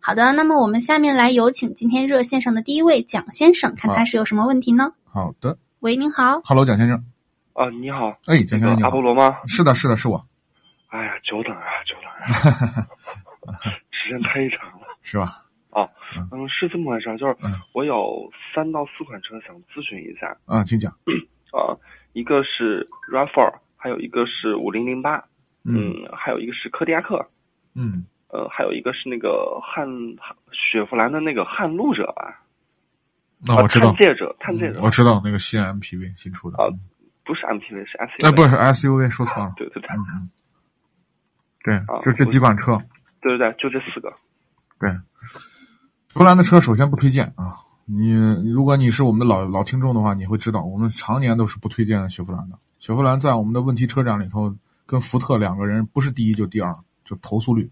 好的，那么我们下面来有请今天热线上的第一位蒋先生，看他好是有什么问题呢？好的喂，您好， ，Hello，蒋先生，啊，你好，哎，蒋先生你阿好波，罗吗？是的，是的，是我，哎呀，久等啊，久等啊， 时间太长了。是吧？嗯，是这么回事儿，就是嗯我有三到四款车想咨询一下啊，请讲。啊，一个是 RAV4，还有一个是五零零八，嗯嗯，还有一个是柯迪亚克，嗯，呃，还有一个是那个汉雪佛兰的那个撼路者吧，那啊哦我知道嗯探，界者，探界者我知道那个新 MPV 新出的，啊嗯不是 MPV 是 SUV，哎，不是 SUV，说错了，对对对嗯嗯，对啊，就这我几款车，对对对，就这四个，对，波兰的车首先不推荐啊。你如果你是我们的老老听众的话，你会知道我们常年都是不推荐雪佛兰的。雪佛兰在我们的问题车展里头，跟福特两个人不是第一就第二，就投诉率。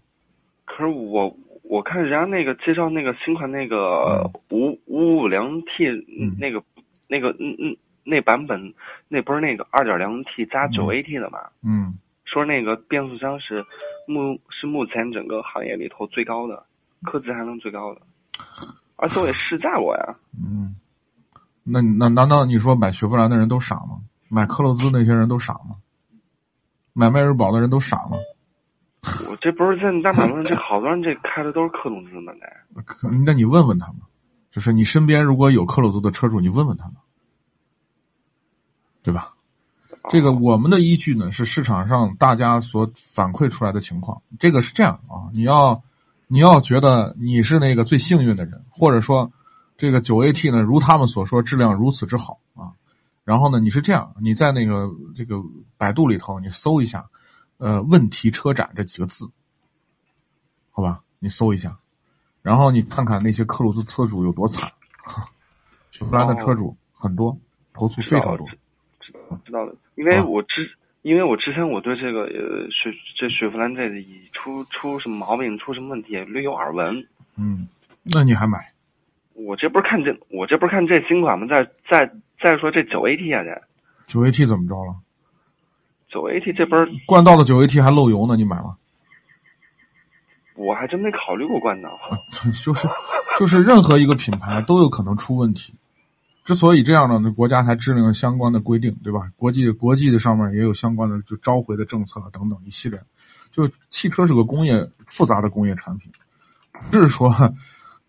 可是我我看人家那个介绍那个新款那个五五五零 T 嗯那个那个嗯嗯那版本，那不是那个二点零 T 加九 AT 的嘛？嗯，说那个变速箱是目是目前整个行业里头最高的，科技含量最 高的，而且我也试驾过呀。嗯，那那难道你说买雪佛兰的人都傻吗？买克鲁兹那些人都傻吗？买迈锐宝的人都傻吗？我这不是在大马路上，这好多人这开的都是克鲁兹嘛？那可那你问问他们，就是你身边如果有克鲁兹的车主，你问问他们，对吧？啊这个我们的依据呢是市场上大家所反馈出来的情况。这个是这样啊，你要你要觉得你是那个最幸运的人，或者说这个九 AT 呢，如他们所说质量如此之好啊。然后呢，你是这样，你在那个这个百度里头你搜一下，呃，问题车展这几个字，好吧，你搜一下，然后你看看那些克鲁兹车主有多惨， 雪佛兰的车主很多，投诉非常多。知道知道的，因为啊我之、因为我之前我对这个呃雪这雪佛兰这里出出什么毛病出什么问题略有耳闻。嗯，那你还买？我这不是看这我这不是看这新款吗？再再再说这九 AT 啊这九 AT 怎么着了？九 AT 这边冠道的九 AT 还漏油呢，你买吗？我还真没考虑过冠啊道。 就是就是任何一个品牌都有可能出问题。之所以这样呢，那国家才制定了相关的规定，对吧？国际国际的上面也有相关的就召回的政策啊等等一系列。就汽车是个工业复杂的工业产品，不是说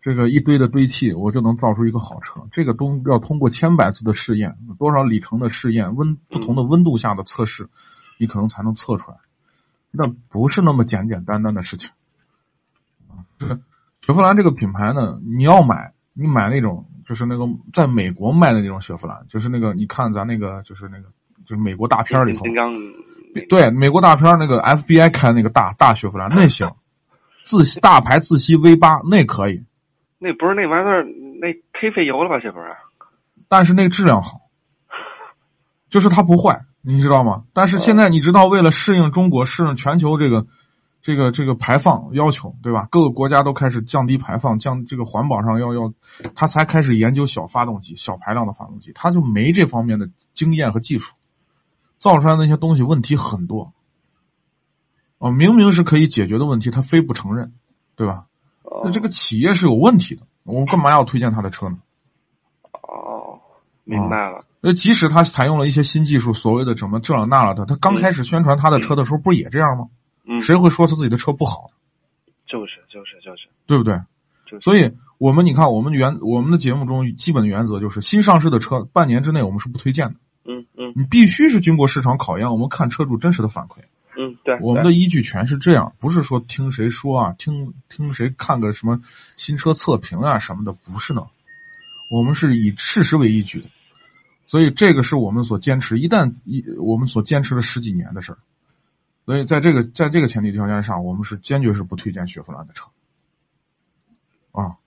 这个一堆的堆砌我就能造出一个好车。这个东要通过千百次的试验，多少里程的试验，温不同的温度下的测试，你可能才能测出来。那不是那么简简单单的事情。雪佛兰这个品牌呢，你要买，你买那种就是那个在美国卖的那种雪佛兰，就是那个你看咱那个就是那个就是美国大片儿里变头形，金刚对美国大片儿那个 FBI 开那个大大雪佛兰那行，自吸大牌自吸 V 八那可以，那不是那玩意儿那忒费油了吧？这不啊是但是那个质量好，就是它不坏，你知道吗？但是现在你知道，为了适应中国、适应全球这个这个这个排放要求，对吧？各个国家都开始降低排放，降这个环保上要要，他才开始研究小发动机、小排量的发动机，他就没这方面的经验和技术，造出来那些东西问题很多。啊，明明是可以解决的问题，他非不承认，对吧？哦那这个企业是有问题的，我干嘛要推荐他的车呢？哦，明白了。呃，即使他采用了一些新技术，所谓的什么这了那了的，他刚开始宣传他的车的时候，不是也这样吗？嗯，谁会说他自己的车不好，就是就是就是对不对？就是。所以以我们你看，我们原我们的节目中基本原则就是，新上市的车半年之内我们是不推荐的，嗯嗯你必须是经过市场考验，我们看车主真实的反馈。嗯，对。我们对的依据全是这样，不是说听谁说啊，听听谁看个什么新车测评啊什么的，不是呢。我们是以事实为依据的，所以这个是我们所坚持，一旦一我们所坚持了十几年的事儿。所以在这个在这个前提条件上，我们是坚决是不推荐雪佛兰的车。啊，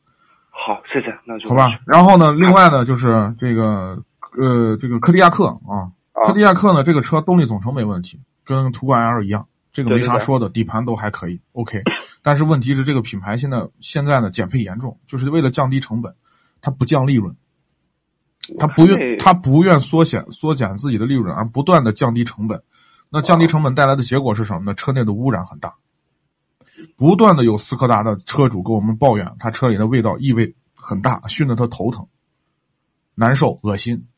好，谢谢，那就好吧。然后呢，另外呢，就是这个呃，这个柯迪亚克啊，啊柯迪亚克呢，这个车动力总成没问题，跟途观 L 一样，这个对没对啥对说的，底盘都还可以，OK。但是问题是，这个品牌现在现在呢减配严重，就是为了降低成本，它不降利润，它不愿它不愿缩减缩减自己的利润，而不断啊的降低成本。那降低成本带来的结果是什么呢？车内的污染很大，不断的有斯柯达的车主跟我们抱怨，他车里的味道异味很大，熏得他头疼、难受、恶心。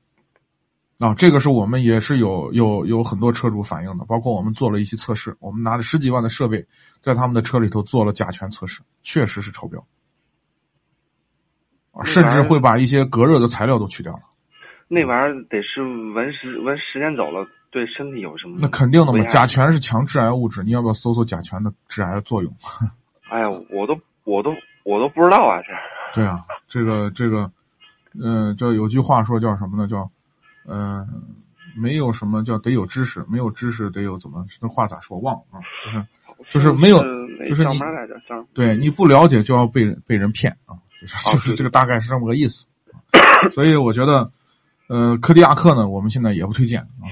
啊，这个是我们也是有有有很多车主反映的，包括我们做了一些测试，我们拿着十几万的设备在他们的车里头做了甲醛测试，确实是超标，啊，那玩意甚至儿会把一些隔热的材料都去掉了。那玩意儿得是闻时闻时间久了，对身体有什么？那肯定的嘛，危害甲。醛是强致癌物质，你要不要搜搜甲醛的致癌作用？哎呀，我都我都我都不知道啊，这对啊，这个这个，呃，叫有句话说叫什么呢？叫，呃，没有什么叫得有知识，没有知识得有怎么那话咋说忘了啊？就是就是没有那就是叫你嘛来着？叫对你不了解就要被人被人骗啊，就是啊就是对这个大概是这么个意思。啊所以我觉得，呃，柯迪亚克呢，我们现在也不推荐啊。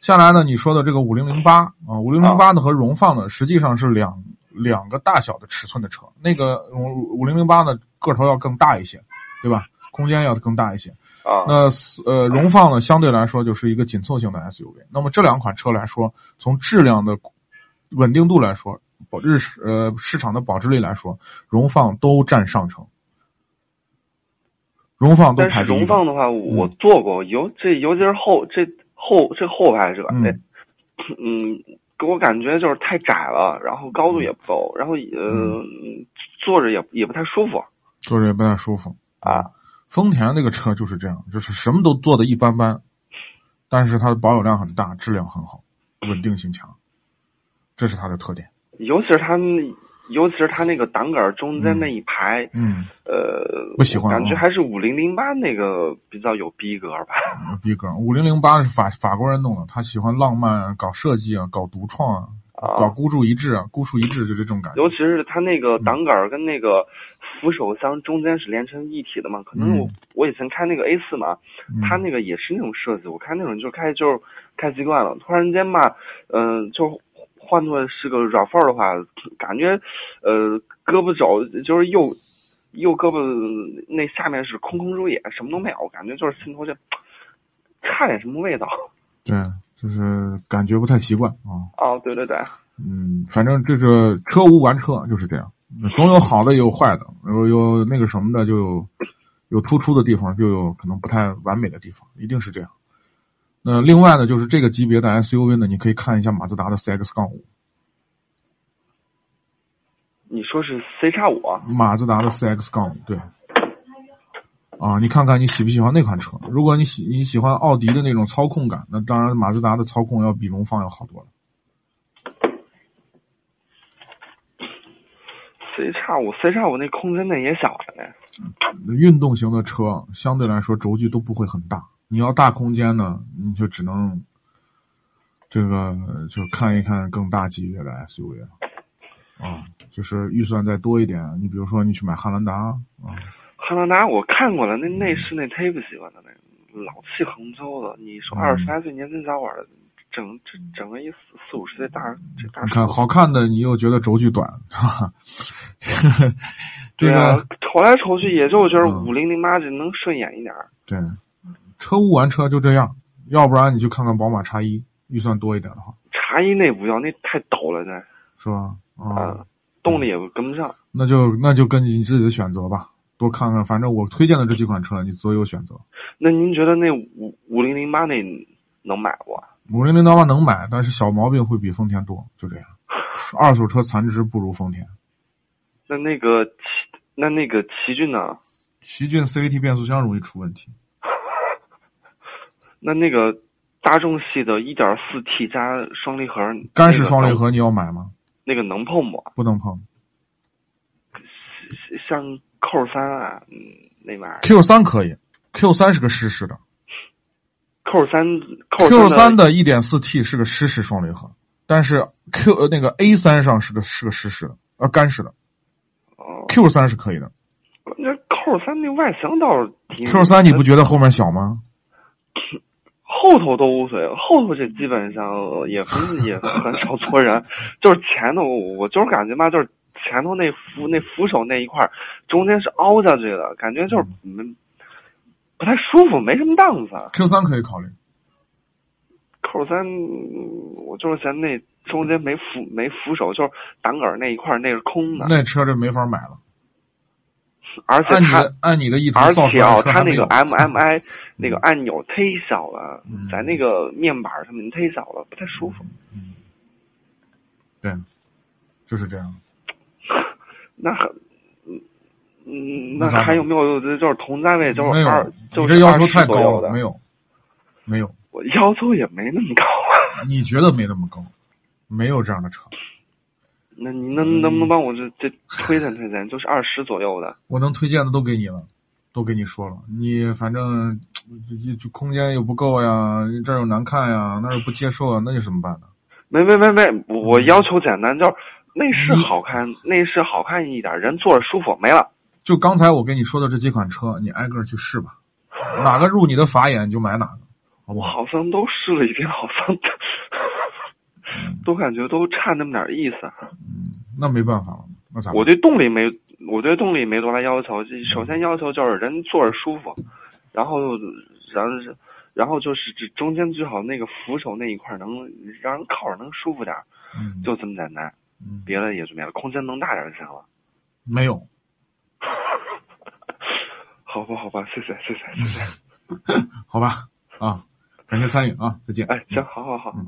下来呢，你说的这个五零零八啊，五零零八呢和荣放呢，实际上是两两个大小的尺寸的车。那个五五零零八呢，个头要更大一些，对吧？空间要更大一些。啊，那斯呃，荣放呢，相对来说就是一个紧凑型的 SUV。那么这两款车来说，从质量的稳定度来说，保日呃市场的保值率来说，荣放都占上乘，荣放都但排是第一嗯荣名。放的话，我坐过，尤这尤其是后这后这后排这嗯那嗯，给我感觉就是太窄了，然后高度也不够，然后呃嗯坐着也也不太舒服坐着也不太舒服。啊。丰田那个车就是这样，就是什么都做的一般般，但是它的保有量很大，质量很好，稳定性强，这是它的特点。尤其是它那，尤其是它那个挡杆儿中间那一排，嗯，呃，不喜欢感觉啊还是五零零八那个比较有逼格吧。牛逼哥，五零零八是法法国人弄的，他喜欢浪漫，搞设计啊，搞独创啊，搞啊，孤注一掷啊，孤注一掷就这种感觉尤。其是它那个挡杆儿跟那个扶手箱中间是连成一体的嘛，可能我、嗯我以前开那个 A 四嘛，嗯它那个也是那种设计，我看那种就开就是开习惯了，突然间吧，嗯、就换做是个软范儿的话，感觉呃胳膊肘就是右右胳膊那下面是空空如也，什么都没有，我感觉就是心头就差点什么味道。对，就是感觉不太习惯啊。哦，对对对，嗯，反正这个车无完车就是这样，总有好的也有坏的，有有那个什么的，就有有突出的地方，就有可能不太完美的地方，一定是这样。那另外呢，就是这个级别的 SUV 呢，你可以看一下马自达的 CX 杠五，你说是 C 叉五啊？马自达的 CX 杠五，对。啊，你看看你喜不喜欢那款车？如果你喜你喜欢奥迪的那种操控感，那当然马自达的操控要比荣放要好多了。 c 叉五 C 叉五那空间那也小着呢。运动型的车相对来说轴距都不会很大，你要大空间呢，你就只能这个就看一看更大级别的 SUV 了啊，就是预算再多一点，你比如说你去买汉兰达啊，汉兰达我看过了，那内饰那忒不喜欢了，那个老气横秋的。你说嗯二十来岁年轻小伙儿，整这整个一四四五十岁大这大你叔看，好看的你又觉得轴距短，哈哈， 这对啊个，瞅来瞅去也就觉得嗯五零零八这能顺眼一点儿。对，车无完车就这样，要不然你就看看宝马叉一，预算多一点的话，茶一那不要，那太抖了，那是吧？啊、啊，动力也跟不上。那就那就根据你自己的选择吧，多看看。反正我推荐的这几款车，你择有选择。那您觉得那五五零零八那能买不啊？五零零八能买，但是小毛病会比丰田多，就这样。二手车残值不如丰田。那那个奇那那个奇骏呢？奇骏 CVT 变速箱容易出问题，那那个大众系的 1.4T 加双离合，干式双离合你要买吗？那个能碰不？不能碰。像扣三啊，嗯，那玩意儿 Q 三可以，Q 三是个湿式的扣三扣，Q 三三的1 4 T 是个湿式双离合，但是 Q 呃那个 A 三上是个是个湿式的，呃干式的哦， Q 三是可以的。那扣三那外形倒是挺 Q 三你不觉得后面小吗？后头都无所谓，后头这基本上也很也很少坐人，就是前头我就是感觉嘛，就是前头那扶那扶手那一块儿，中间是凹下去的，感觉就是嗯没不太舒服，没什么档次。啊 Q 三可以考虑。扣三，嗯我就是嫌那中间没扶没扶手，就是挡杆那一块儿那是空的，那车就没法买了。而且按你它的按你的意图而造出且来啊，的车它还没那有个 M，M，M MMI 那个按钮忒小了，嗯在那个面板上面忒小了，不太舒服。嗯，对，就是这样。那很，嗯嗯，那那咋还办有没有就是同价位就没是有二，就你是这要求20太左右高的了，没，有，没有，我要求也没那么高啊。 你觉得没那么高，没有这样的车，那你能能不嗯能帮我这这推荐推荐，就是二十左右的？我能推荐的都给你了，都给你说了，你反正就就空间又不够呀，这儿又难看呀，那儿又不接受啊，那有什么办呢？没没没没，我我要求简单，就是内饰好看，内饰好看一点，人坐着舒服，没了。就刚才我跟你说的这几款车，你挨个儿去试吧，哪个入你的法眼你就买哪个，好不我好？好像都试了一遍，好像 都感觉都差那么点意思。嗯那没办法了，那咋办？我对动力没，我对动力没多大要求。就首先要求就是人坐着舒服，然后，然后是，然后就是这中间最好那个扶手那一块儿能让人靠着能舒服点儿，嗯就这么简单，嗯别的也就没了，空间能大点儿就行了。 没有，好吧，好吧，谢谢，谢谢，谢谢。好吧？啊，感谢参与啊，再见。哎，行，好好好。嗯